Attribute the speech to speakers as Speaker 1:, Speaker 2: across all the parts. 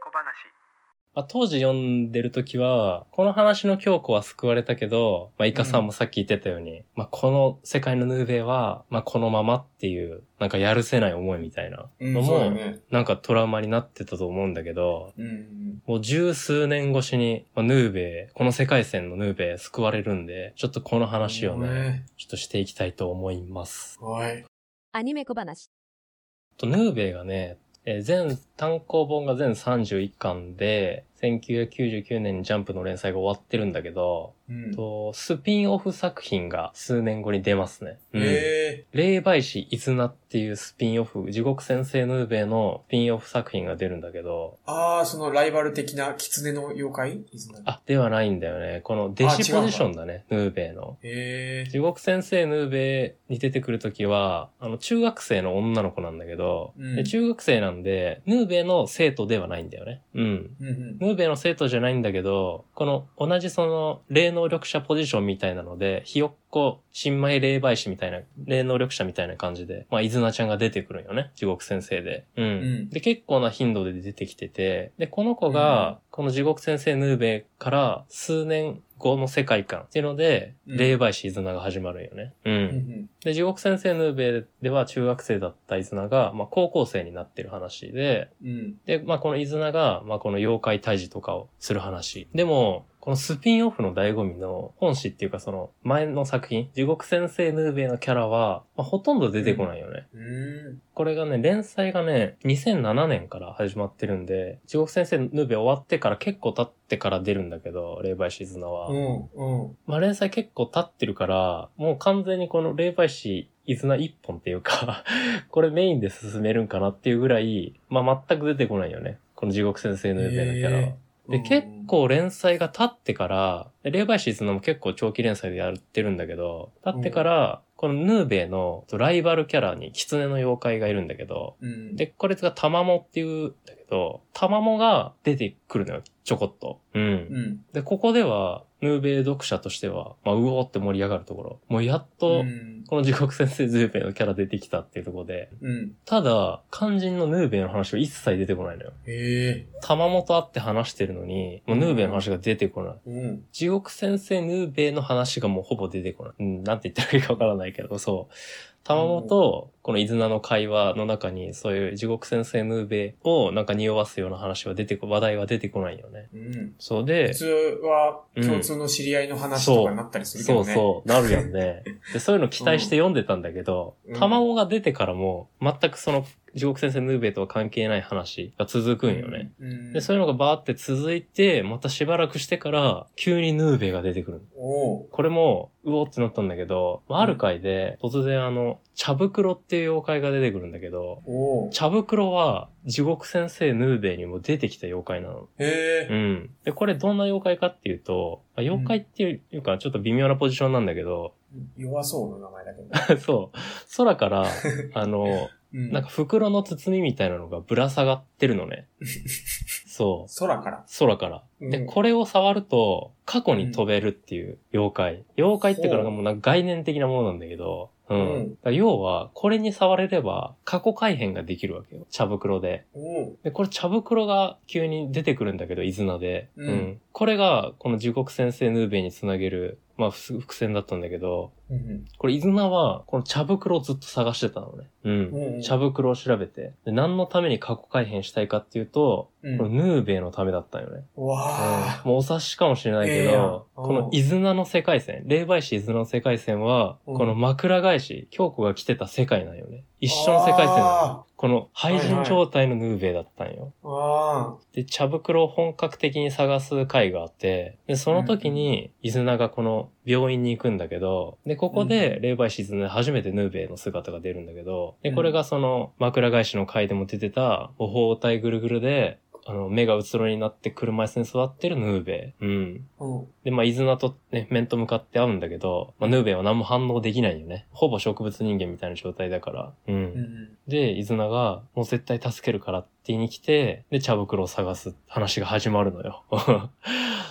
Speaker 1: 小話
Speaker 2: まあ、当時読んでる時は、この話の強子は救われたけど、まあ、イカさんもさっき言ってたように、まあ、この世界のヌーベイは、まあ、このままっていう、なんかやるせない思いみたいな
Speaker 3: うん
Speaker 2: の
Speaker 3: そうだ
Speaker 2: も、
Speaker 3: よね。
Speaker 2: なんかトラウマになってたと思うんだけど、
Speaker 3: うんうん。
Speaker 2: もう十数年越しに、まあ、ヌーベイ、この世界線のヌーベイ救われるんで、ちょっとこの話をね、ちょっとしていきたいと思います。
Speaker 3: はい。
Speaker 4: アニメ小話。
Speaker 2: と、ヌーベイがね、えー全、単行本が全31巻で、1999年にジャンプの連載が終わってるんだけど、
Speaker 3: うん。
Speaker 2: とスピンオフ作品が数年後に出ますね。うん
Speaker 3: え
Speaker 2: 霊媒師イズナっていうスピンオフ、地獄先生ヌーベイのスピンオフ作品が出るんだけど、
Speaker 3: ー、ああ、そのライバル的な狐の妖怪
Speaker 2: あ、ではないんだよね。この弟子ポジションだね、ヌーベイの。
Speaker 3: ええ
Speaker 2: 地獄先生ヌーベイに出てくるときは、あの、中学生の女の子なんだけど、
Speaker 3: うん
Speaker 2: で中学生なんで、ヌーベイの生徒ではないんだよね。うん。
Speaker 3: うんうん。
Speaker 2: ヌーベイの生徒じゃないんだけど、この同じその霊能力者ポジションみたいなので、ひよっこ、新米霊媒師みたいな、霊能力者みたいな感じで、まあ、イズナちゃんが出てくるんよね。地獄先生で。うん。
Speaker 3: ん
Speaker 2: で、結構な頻度で出てきてて、で、この子が、この地獄先生ヌーベイから数年後の世界観っていうので、
Speaker 3: うん
Speaker 2: 霊媒師イズナが始まるんよね。う
Speaker 3: うん
Speaker 2: ん。
Speaker 3: うん。
Speaker 2: で、地獄先生ヌーベイでは中学生だったイズナが、まあ、高校生になってる話で、
Speaker 3: うん。
Speaker 2: で、まあ、このイズナが、まあ、この妖怪退治とかをする話。でも、このスピンオフの醍醐味の本誌っていうかその前の作品、地獄先生ヌーベイのキャラは、まあ、ほとんど出てこないよね。
Speaker 3: うん。
Speaker 2: これがね、連載がね、2007年から始まってるんで、地獄先生ヌーベイ終わってから結構経ってから出るんだけど、霊媒師イズナは。
Speaker 3: うん。うん。
Speaker 2: まあ、連載結構経ってるから、もう完全にこの霊媒師、イズナ一本っていうか、 これメインで進めるんかなっていうぐらい、まあ、全く出てこないよね。この地獄先生の夢のキャラは。
Speaker 3: へー
Speaker 2: で、結、構連載が経ってから、で霊媒師イズナも結構長期連載でやってるんだけど、経ってから、このヌーベイのライバルキャラに狐の妖怪がいるんだけど、
Speaker 3: うん、
Speaker 2: で、これがタマモっていうんだけど、タマモが出てくるのよ、ちょこっと。うん
Speaker 3: うん。
Speaker 2: で、ここでは、ヌーベイ読者としては、まあ、うおーって盛り上がるところ。もうやっと、
Speaker 3: うん。
Speaker 2: この地獄先生ヌーベイのキャラ出てきたっていうところで、
Speaker 3: うん。
Speaker 2: ただ、肝心のヌーベイの話は一切出てこないのよ。
Speaker 3: へえ
Speaker 2: 玉本会って話してるのに、もうヌーベイの話が出てこない。
Speaker 3: うん。
Speaker 2: 地獄先生ヌーベイの話がもうほぼ出てこない。うん、なんて言ったらいいかわからないけど、そう。玉本と、このイズナの会話の中に、そういう地獄先生ヌーベイをなんか匂わすような話は出てこ、話題は出てこないよね。
Speaker 3: うん。
Speaker 2: そうで
Speaker 3: 普、通は共通の知り合いの話とかになったりするけ
Speaker 2: そ
Speaker 3: ど
Speaker 2: う
Speaker 3: ね。
Speaker 2: そう、なるよ ね。で、そういうの期待して読んでたんだけど
Speaker 3: うん、
Speaker 2: 卵が出てからも、全くその、地獄先生ヌーベイとは関係ない話が続くんよね。
Speaker 3: うん。
Speaker 2: で、そういうのがバーって続いて、またしばらくしてから、急にヌーベイが出てくる。
Speaker 3: おう
Speaker 2: これも、うおってなったんだけど、まあ、ある回で、突然あの、茶袋っていう妖怪が出てくるんだけど、
Speaker 3: おう
Speaker 2: 茶袋は、地獄先生ヌーベイにも出てきた妖怪なの。
Speaker 3: へ
Speaker 2: う
Speaker 3: え。
Speaker 2: ん。で、これどんな妖怪かっていうと、まあ妖怪っていうか、ちょっと微妙なポジションなんだけど、
Speaker 3: 弱そうな名前だけど。
Speaker 2: そう、空から、あ の、
Speaker 3: うん
Speaker 2: なんか袋の包みみたいなのがぶら下がってるのね。そう。
Speaker 3: 空から。
Speaker 2: 空から。
Speaker 3: う
Speaker 2: で、
Speaker 3: ん
Speaker 2: これを触ると、過去に飛べるっていう妖怪。妖怪っていうかなんか
Speaker 3: ほう
Speaker 2: もうなんか概念的なものなんだけど、う
Speaker 3: うん
Speaker 2: ん。だから要は、これに触れれば、過去改変ができるわけよ。茶袋で。
Speaker 3: おう
Speaker 2: で、これ茶袋が急に出てくるんだけど、イズナで。
Speaker 3: うん
Speaker 2: これが、この地獄先生ヌーベイにつなげる、まあ、伏伏線だったんだけど、
Speaker 3: うん
Speaker 2: これイズナは、この茶袋をずっと探してたのね。う。
Speaker 3: うんん。うん。
Speaker 2: 茶袋を調べて。で、何のために過去改変したいかっていうと、
Speaker 3: うん
Speaker 2: これヌーベイのためだったんよね。
Speaker 3: うわあ。
Speaker 2: もうお察しかもしれないけ
Speaker 3: ええやん
Speaker 2: ど、このイズナの世界線、霊媒師イズナの世界線は、
Speaker 3: うん
Speaker 2: この枕返し、京子が来てた世界なんよね。一緒の世界線なの
Speaker 3: あ。
Speaker 2: この廃人状態のヌーベイだったんよ。
Speaker 3: ああ。
Speaker 2: で、茶袋を本格的に探す会があって、で、その時に、イズナがこの病院に行くんだけど、で、ここで、霊媒師イズナで初めてヌーベイの姿が出るんだけど、で、これがその、枕返しの会でも出てた、お包帯ぐるぐるで、あの、目がうつろになって車椅子に座ってるヌーベイ。うん。
Speaker 3: うん。
Speaker 2: で、まあ、イズナとね、面と向かって会うんだけど、まあ、ヌーベイは何も反応できないよね。ほぼ植物人間みたいな状態だから。うん
Speaker 3: うん。
Speaker 2: で、イズナが、もう絶対助けるからってティに来て、で、茶袋を探す話が始まるのよ。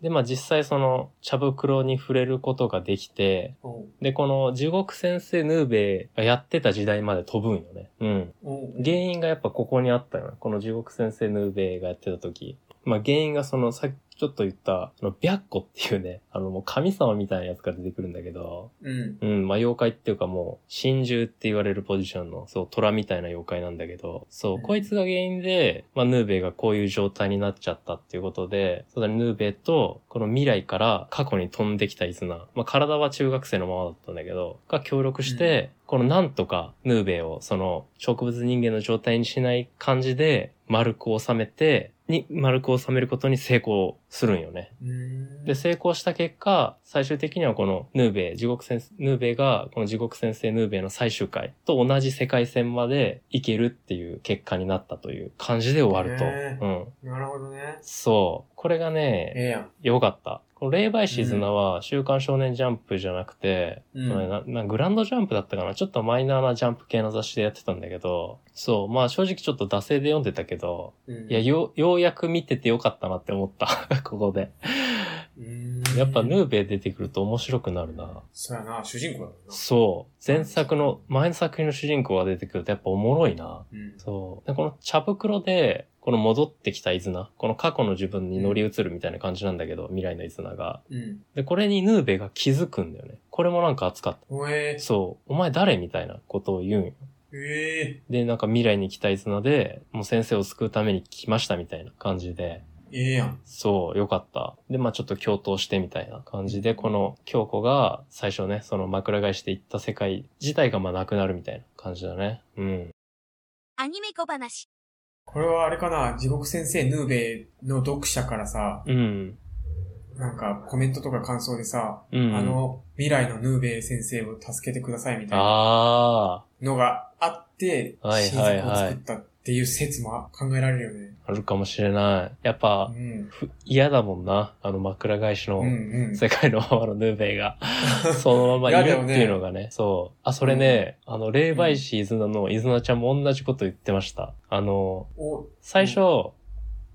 Speaker 2: で、まあ実際その茶袋に触れることができて、
Speaker 3: うん
Speaker 2: で、この地獄先生ヌーベイがやってた時代まで飛ぶんよね。うん。
Speaker 3: うん。
Speaker 2: 原因がやっぱここにあったよね。この地獄先生ヌーベイがやってた時。まあ原因がそのさっきちょっと言った、あの、白虎っていうね、あのもう神様みたいなやつが出てくるんだけど、
Speaker 3: うん。
Speaker 2: うん、まあ妖怪っていうかもう、神獣って言われるポジションの、そう、虎みたいな妖怪なんだけど、そう、
Speaker 3: うん
Speaker 2: こいつが原因で、まあヌーベイがこういう状態になっちゃったっていうことで、そのヌーベイと、この未来から過去に飛んできたイズナ、まあ体は中学生のままだったんだけど、が協力して、このなんとかヌーベイを、その、植物人間の状態にしない感じで、丸く収めて、に、丸く収めることに成功するんよね。
Speaker 3: うん。
Speaker 2: で、成功した結果、最終的にはこのヌーベイ、地獄先生、ヌーベイが、この地獄先生ヌーベイの最終回と同じ世界線まで行けるっていう結果になったという感じで終わると。
Speaker 3: へー
Speaker 2: うん。
Speaker 3: なるほどね。
Speaker 2: そう。これが
Speaker 3: え
Speaker 2: ね、
Speaker 3: えやん。
Speaker 2: 良かった。この霊媒師ズナは、週刊少年ジャンプじゃなくて、
Speaker 3: うん
Speaker 2: これななグランドジャンプだったかなちょっとマイナーなジャンプ系の雑誌でやってたんだけど、そう、まあ正直ちょっと惰性で読んでたけど、
Speaker 3: うん
Speaker 2: いや、よう、ようやく見ててよかったなって思った。 ここで。
Speaker 3: うん
Speaker 2: やっぱヌーベイ出てくると面白くなるな。
Speaker 3: そうやな、主人公だもんな。
Speaker 2: そう。前作の、前の作品の主人公が出てくるとやっぱおもろいな。
Speaker 3: うん。
Speaker 2: そう。で、この茶袋で、この戻ってきたイズナ、この過去の自分に乗り移るみたいな感じなんだけど、未来のイズナが。
Speaker 3: うん。
Speaker 2: で、これにヌーベが気づくんだよね。これもなんか熱かっ
Speaker 3: おえ
Speaker 2: た。そう。お前誰みたいなことを言うんよ。
Speaker 3: ー、ええ
Speaker 2: で、なんか未来に来たイズナで、もう先生を救うために来ましたみたいな感じで。
Speaker 3: ええやん。
Speaker 2: そう、よかった。で、まあちょっと共闘してみたいな感じで、この京子が最初ね、その枕返していった世界自体がまあなくなるみたいな感じだね。うん。
Speaker 1: アニメ小話。
Speaker 3: これはあれかな、地獄先生ヌーベイの読者からさ、
Speaker 2: うん。
Speaker 3: なんかコメントとか感想でさ、
Speaker 2: うん。
Speaker 3: あ、の、未来のヌーベイ先生を助けてくださいみたいな
Speaker 2: あ
Speaker 3: のがあって、
Speaker 2: はいはいはい
Speaker 3: 新作を作ったっていう説も考えられるよね。
Speaker 2: ー、あるかもしれない。やっ
Speaker 3: う
Speaker 2: ぱ、
Speaker 3: ん。
Speaker 2: ふ嫌だもんな。あの枕返しの
Speaker 3: うんうん。
Speaker 2: 世界のままのヌーベイ が、そのままいるっていうのがね、そう。あ、それね、あの、霊媒師イズナのイズナちゃんも同じこと言ってました。あの、
Speaker 3: お、
Speaker 2: 最初、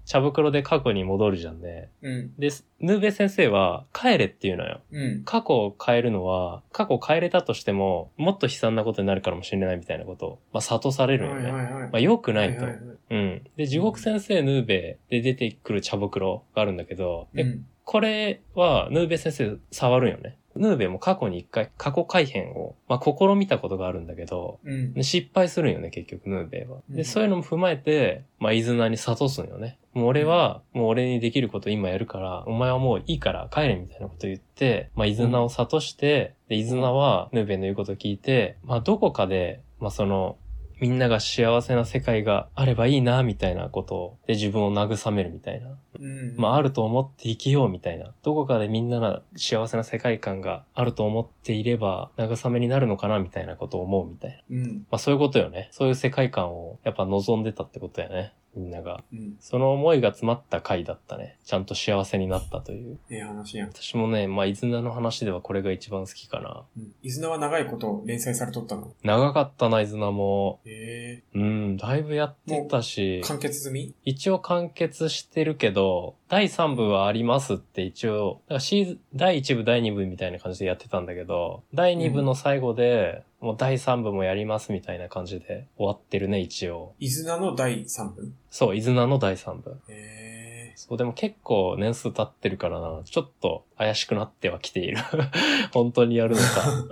Speaker 2: 茶袋で過去に戻るじゃんね。
Speaker 3: うん、
Speaker 2: で、ヌーベ先生は帰れっていうのよ。
Speaker 3: うん。
Speaker 2: 過去を変えるのは、過去を変えれたとしても、もっと悲惨なことになるかもしれないみたいなことを、まあ、悟されるよ
Speaker 3: は
Speaker 2: ね。
Speaker 3: いはいはい。
Speaker 2: まあ、良くないと。
Speaker 3: ははは
Speaker 2: うん。で、地獄先生ヌーベで出てくる茶袋があるんだけど、
Speaker 3: い。う
Speaker 2: で、
Speaker 3: ん。
Speaker 2: これはヌーベ先生触るんよね。ヌーベも過去に一回過去改変を、まあ、試みたことがあるんだけど、
Speaker 3: うん
Speaker 2: で。失敗するんよね、結局、ヌーベイは。
Speaker 3: う
Speaker 2: で、
Speaker 3: ん
Speaker 2: そういうのも踏まえて、まあ、イズナに諭すんよね。もう俺は、もう俺にできること今やるから、お前はもういいから帰れみたいなこと言って、まあ、イズナを諭して、で、イズナはヌーベイの言うことを聞いて、まあ、どこかで、まあ、その、みんなが幸せな世界があればいいな、みたいなことを、で、自分を慰めるみたいな。
Speaker 3: うん。
Speaker 2: まあ、あると思って生きようみたいな。どこかでみんなが幸せな世界観があると思っていれば、慰めになるのかな、みたいなことを思うみたいな。
Speaker 3: うん。
Speaker 2: まあそういうことよね。そういう世界観をやっぱ望んでたってことやね。みんなが。
Speaker 3: うん。
Speaker 2: その思いが詰まった回だったね。ちゃんと幸せになったという。
Speaker 3: ええ話やん。
Speaker 2: 私もね、まあ、イズナの話ではこれが一番好きかな。
Speaker 3: うん。伊豆名は長いこと連載されとったの。
Speaker 2: 長かったな、イズナも。
Speaker 3: え
Speaker 2: うん、だいぶやってた
Speaker 3: え
Speaker 2: し、
Speaker 3: 完結済み
Speaker 2: 一応完結してるけど、第3部はありますって一応、だからシーズン、第1部、第2部みたいな感じでやってたんだけど、第2部の最後で、もう第3部もやりますみたいな感じで終わってるね、一応。
Speaker 3: 伊豆名の第3部
Speaker 2: そう、イズナの第3部。
Speaker 3: ええ
Speaker 2: そう、でも結構年数経ってるからな、ちょっと怪しくなってはきている。 本当にやるの か。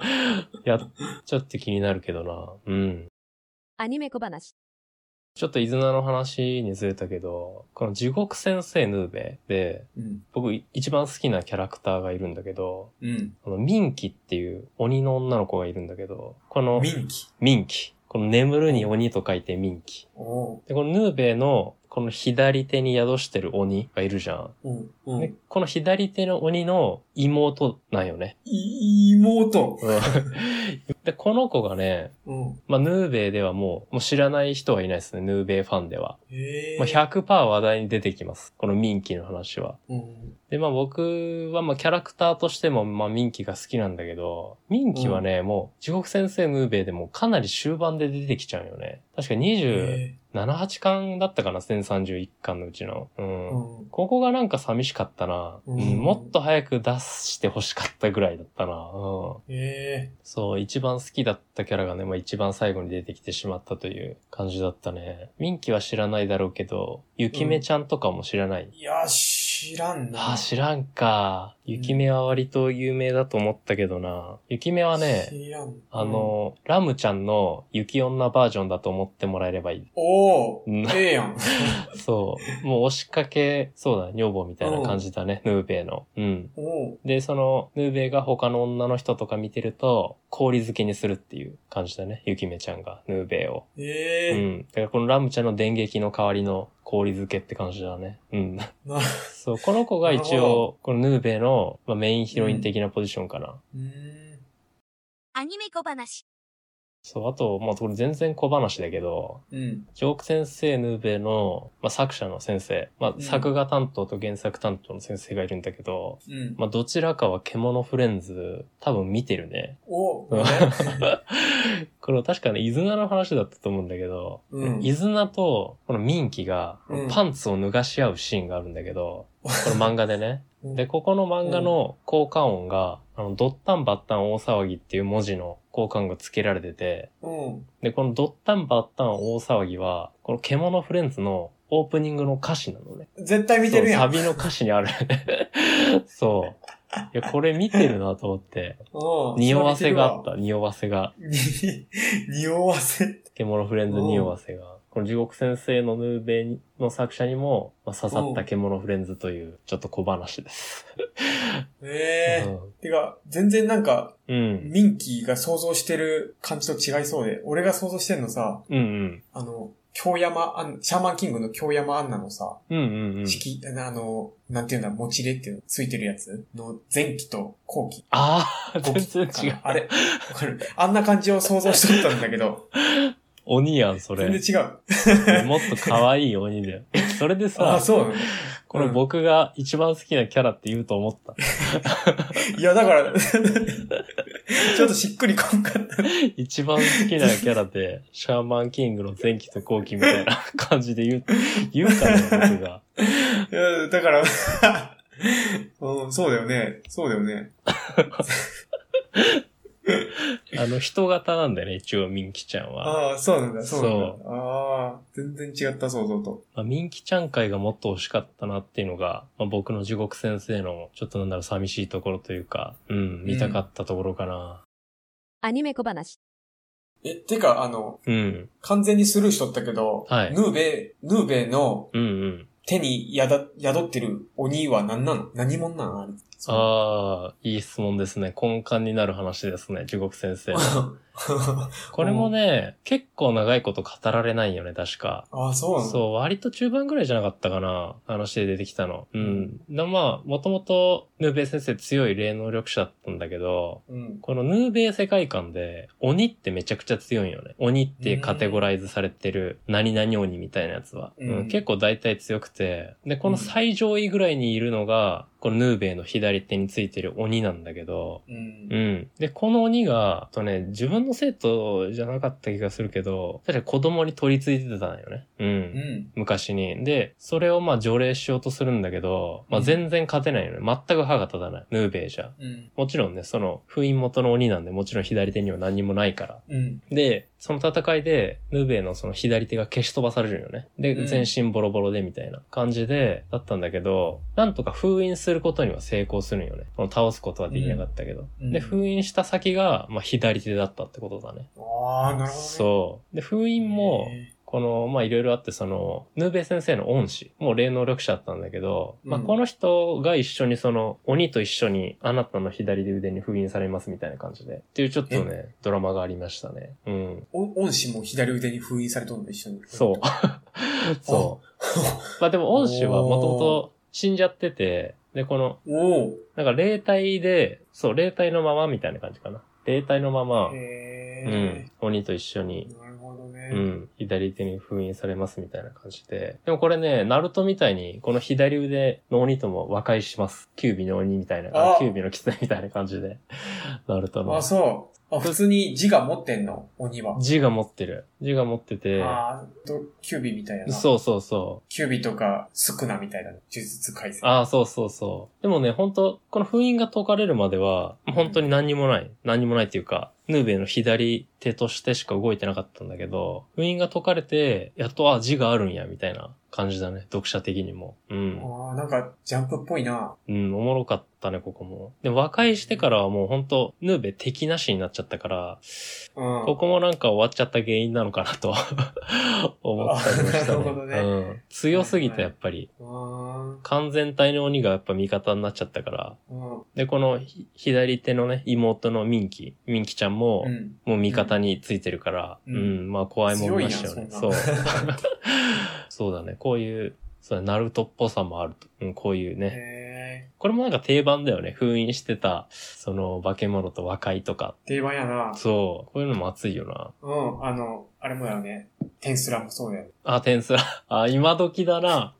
Speaker 2: やっちゃって気になるけどな。うん。
Speaker 1: アニメ小話。
Speaker 2: ちょっとイズナの話にずれたけど、この地獄先生ヌーベで、
Speaker 3: うん。
Speaker 2: 僕い一番好きなキャラクターがいるんだけど、
Speaker 3: うん。
Speaker 2: あの、ミンキっていう鬼の女の子がいるんだけど、この
Speaker 3: ミンキ。
Speaker 2: ミンキ。この眠るに鬼と書いてミンキ。
Speaker 3: おう。
Speaker 2: で、このヌーベのこの左手に宿してる鬼がいるじゃん。
Speaker 3: おう。お
Speaker 2: で
Speaker 3: う。
Speaker 2: この左手の鬼の妹なんよね。
Speaker 3: い妹。
Speaker 2: で、この子がね、
Speaker 3: うん。
Speaker 2: まあ、ヌーベイではもう、もう知らない人はいないですね、ヌーベイファンでは。
Speaker 3: ええ
Speaker 2: まあ、100%話題に出てきます。このミンキの話は。
Speaker 3: うん。
Speaker 2: で、まあ僕はまあキャラクターとしてもまあミンキが好きなんだけど、ミンキはね、もう地獄先生ムーベイでもかなり終盤で出てきちゃうよね。確か
Speaker 3: え
Speaker 2: 20
Speaker 3: え
Speaker 2: 7、8巻だったかな、1031巻のうちの。うん。
Speaker 3: うん。
Speaker 2: ここがなんか寂しかったな。
Speaker 3: う
Speaker 2: うんん、もっと早く出して欲しかったぐらいだったな。うん。
Speaker 3: ええ
Speaker 2: そう、一番好きだったキャラがね、まあ一番最後に出てきてしまったという感じだったね。ミンキは知らないだろうけど、ゆきめちゃんとかも知らない。
Speaker 3: いや、知らんな。
Speaker 2: ああ、知らんか。ゆきめは割と有名だと思ったけどな。ゆきめはね、
Speaker 3: 知らん。
Speaker 2: あ、の、ラムちゃんの雪女バージョンだと思ってもらえればいい。
Speaker 3: おお
Speaker 2: うん
Speaker 3: ええやん。
Speaker 2: そう。もう押しかけ、そうだ、女房みたいな感じだね、ヌーベイの。うん。
Speaker 3: おお
Speaker 2: で、その、ヌーベイが他の女の人とか見てると、氷漬けにするっていう感じだね。ゆきめちゃんが、ヌーベイを。う
Speaker 3: ええ
Speaker 2: ん。だからこのラムちゃんの電撃の代わりの氷漬けって感じだね。うん。
Speaker 3: な
Speaker 2: そう、この子が
Speaker 3: な
Speaker 2: 一
Speaker 3: るほど
Speaker 2: 応、このヌーベイの、まあ、メインヒロイン的なポジションかな。
Speaker 3: うーん。
Speaker 1: アニメ小話。
Speaker 2: そう、あと、まあ、これ全然小話だけど、
Speaker 3: うん。
Speaker 2: ジョーク先生、ヌーベイの、まあ、作者の先生、まあ
Speaker 3: う、ん
Speaker 2: 作画担当と原作担当の先生がいるんだけど、
Speaker 3: うん。
Speaker 2: まあ、どちらかは獣フレンズ、多分見てるね。
Speaker 3: お
Speaker 2: うん
Speaker 3: ね
Speaker 2: これ確かね、イズナの話だったと思うんだけど、
Speaker 3: うん
Speaker 2: イズナとこのミンキが
Speaker 3: うん
Speaker 2: パンツを脱がし合うシーンがあるんだけど、この漫画で ね。
Speaker 3: うん
Speaker 2: で、ここの漫画の効果音が、あの、ドッタンバッタン大騒ぎっていう文字の効果音が付けられてて、
Speaker 3: うん。
Speaker 2: で、このドッタンバッタン大騒ぎは、この獣フレンズのオープニングの歌詞なのね。
Speaker 3: 絶対見てるや
Speaker 2: そう
Speaker 3: ん。
Speaker 2: サビの歌詞にある。 そう。いや、これ見てるなと思 って。
Speaker 3: うん
Speaker 2: 匂わせがあっ。た、匂わせが。
Speaker 3: それ見てるわ 匂わせ。
Speaker 2: 獣フレンズ匂わせが。この地獄先生のヌーベイの作者にも、まあ、刺さった獣フレンズという、ちょっと小話です。
Speaker 3: ええてか、全然なんか、
Speaker 2: うん。うん。
Speaker 3: ミンキーが想像してる感じと違いそうで、俺が想像してんのさ、
Speaker 2: うんうん。
Speaker 3: あの、京山アン、シャーマンキングの京山アンナのさ、
Speaker 2: うんうんうん。
Speaker 3: 式、あの、なんていうんだ、持ちれっていうの、ついてるやつの前期と後期。
Speaker 2: ああ、
Speaker 3: 後期
Speaker 2: 全
Speaker 3: か
Speaker 2: 然違
Speaker 3: な
Speaker 2: う。
Speaker 3: あれ、 わかるあんな感じを想像しとったんだけど、
Speaker 2: 鬼やん、そ
Speaker 3: 全
Speaker 2: れ。
Speaker 3: 然違う。
Speaker 2: もっと可愛い鬼だよ。それで
Speaker 3: あ
Speaker 2: さ
Speaker 3: あ、、そうなの
Speaker 2: これ僕が一番好きなキャラって言うと思った。
Speaker 3: いや、だから、 ちょっとしっくりこんかった。
Speaker 2: 一番好きなキャラ で、シャーマンキングの前期と後期みたいな感じで言う、言うから僕が。
Speaker 3: いやだから、 うん、そうだよね。そうだよね。
Speaker 2: あの、人型なんだよね、一応、ミンキちゃんは。
Speaker 3: ああ、そうなんだ、そうなんだ。
Speaker 2: そ
Speaker 3: ああ、全然違った想像と。
Speaker 2: まあ、ミンキちゃん会がもっと欲しかったなっていうのが、まあ、僕の地獄先生の、ちょっとなんだろう、寂しいところというか、うん、見たかったところかな。
Speaker 1: アニメ小話。
Speaker 3: え、てか、あの、
Speaker 2: うん、
Speaker 3: 完全にスルーしとったけど、
Speaker 2: はい
Speaker 3: ヌーベ、ヌーベの
Speaker 2: うん、うん。
Speaker 3: 手にやだ、宿ってる鬼は何なの何者なのあれ。
Speaker 2: ああ、いい質問ですね。根幹になる話ですね、地獄先 生の。
Speaker 3: あ
Speaker 2: これもね、結構長いこと語られないよね、確か。
Speaker 3: あ、そうなの
Speaker 2: そう、割と中盤ぐらいじゃなかったかな、話で出てきたの。うん。でまあ、もともと、ヌーベイ先生強い霊能力者だったんだけど、
Speaker 3: うん。
Speaker 2: このヌーベイ世界観で、鬼ってめちゃくちゃ強いんよね。鬼ってカテゴライズされてる、何々鬼みたいなやつは。
Speaker 3: うん
Speaker 2: うん結構大体強くて。で、この最上位ぐらいにいるのが、このヌーベイの左手についてる鬼なんだけど、
Speaker 3: う。
Speaker 2: うんん。で、この鬼が、とね、自分の生徒じゃなかった気がするけど、確か子供に取り付いてたんよね。うん。
Speaker 3: うん。
Speaker 2: 昔に。で、それをまあ除霊しようとするんだけど、まあ全然勝てないよね。全く歯が立たない。ヌーベイじゃ。
Speaker 3: うん。
Speaker 2: もちろんね、その封印元の鬼なんで、もちろん左手には何にもないから。
Speaker 3: うん。
Speaker 2: で、その戦いで、ヌーベイのその左手が消し飛ばされるよね。で、
Speaker 3: うん
Speaker 2: 全身ボロボロでみたいな感じで、だったんだけど、なんとか封印することには成功するんよね。この倒すことはできなかったけど。
Speaker 3: うん
Speaker 2: で、
Speaker 3: うん
Speaker 2: 封印した先が、まあ、左手だったってことだね。
Speaker 3: ああ、なるほど、ね。
Speaker 2: そう。で、封
Speaker 3: う
Speaker 2: 印も、
Speaker 3: え
Speaker 2: この、まあ、いろいろあって、その、ヌーベイ先生の恩師、もう霊能力者だったんだけど、まあ、
Speaker 3: うん
Speaker 2: この人が一緒にその、鬼と一緒に、あなたの左腕に封印されますみたいな感じで、っていうちょっとね、ドラマがありましたね。うん。
Speaker 3: お恩師も左腕に封印されとるの一緒に。
Speaker 2: そう。 そう。まあ、でも恩師はもともと死んじゃってて、で、この、
Speaker 3: う。 おお。
Speaker 2: なんか霊体で、そう、霊体のままみたいな感じかな。霊体のまま、う
Speaker 3: へえ
Speaker 2: ん、鬼と一緒に
Speaker 3: なるほどね。
Speaker 2: うん。左手に封印されますみたいな感じで。でもこれね、ナルトみたいに、この左腕の鬼とも和解します。キュービの鬼みたいな、
Speaker 3: あ
Speaker 2: あキュービの狐みたいな感じで。ナルトの。
Speaker 3: あ、そあ、普通に自我持ってんの鬼は。
Speaker 2: 字が持ってる。字が持ってて、
Speaker 3: あーと、キュービーみたいな。う。
Speaker 2: そうそうそう。
Speaker 3: キュービーとか、スクナみたいな、呪術改正。
Speaker 2: ああ、そうそうそう。でもね、本当この封印が解かれるまでは、本当に何にもない。何にもないっていうか、ヌーベの左手としてしか動いてなかったんだけど、封印が解かれて、やっと、あ、字があるんや、みたいな感じだね。読者的にも。うん。
Speaker 3: あーなんか、ジャンプっぽいな。
Speaker 2: うん、おもろかったね、ここも。で、和解してからはもう本当ヌーベ敵なしになっちゃったから、
Speaker 3: うん。
Speaker 2: ここもなんか終わっちゃった原因なのかなと 思ったりもした
Speaker 3: あなる
Speaker 2: ね
Speaker 3: ほどね
Speaker 2: うん。強すぎ
Speaker 3: はい
Speaker 2: た、
Speaker 3: は
Speaker 2: や
Speaker 3: い
Speaker 2: っぱり。
Speaker 3: うーん。
Speaker 2: 完全体の鬼がやっぱ味方になっちゃったから。
Speaker 3: うん
Speaker 2: で、このひ左手のね、妹のミンキ、ミンキちゃんも、
Speaker 3: うん。
Speaker 2: もう味方についてるから、う、
Speaker 3: うんん
Speaker 2: まあ怖いもん見ましたよね。そ
Speaker 3: 強
Speaker 2: う
Speaker 3: いな。
Speaker 2: そうだね、こういう、そうだナルトっぽさもあると。うん、こういうね。
Speaker 3: へ
Speaker 2: これもなんか定番だよね。封印してた、その、化け物と和解とか。
Speaker 3: ー定番やな。
Speaker 2: そう。こういうのも熱いよな。
Speaker 3: うん。あの、あれもやね。テンスラもそうだよね。
Speaker 2: あ、天すら。 あ、今時だな。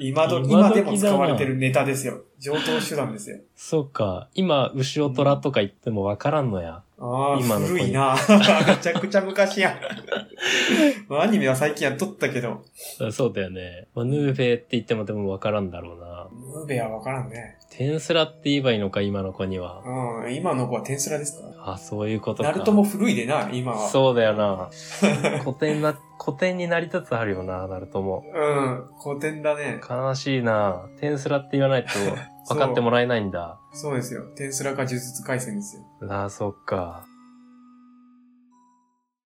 Speaker 3: 今ど、
Speaker 2: 今
Speaker 3: 今
Speaker 2: 時
Speaker 3: で
Speaker 2: だな
Speaker 3: も使われてるネタですよ。上等手段ですよ。
Speaker 2: そうか。今、牛尾虎とか言ってもわからんのや。
Speaker 3: ああ、
Speaker 2: 今の子
Speaker 3: 古
Speaker 2: に
Speaker 3: いな。 めちゃくちゃ昔やん。 アニメは最近やっとったけど、
Speaker 2: そうだよね。まあ、ヌーベーって言ってもでもわからんだろうな。
Speaker 3: ムーベはわからんね。
Speaker 2: 天すらって言えばいいのか、今の子には。
Speaker 3: うん、今の子はテンスラですか
Speaker 2: あ、そういうことか。
Speaker 3: ナルトも古いでな、今は。
Speaker 2: そうだよな。古典な、古典になりつつあるよな、ナルトも。
Speaker 3: うん、古典だね。
Speaker 2: 悲しいな。天すらって言わないと 分かってもらえないんだ。
Speaker 3: そうですよ。テンスラか呪術回戦ですよ。
Speaker 2: ああ、そっか。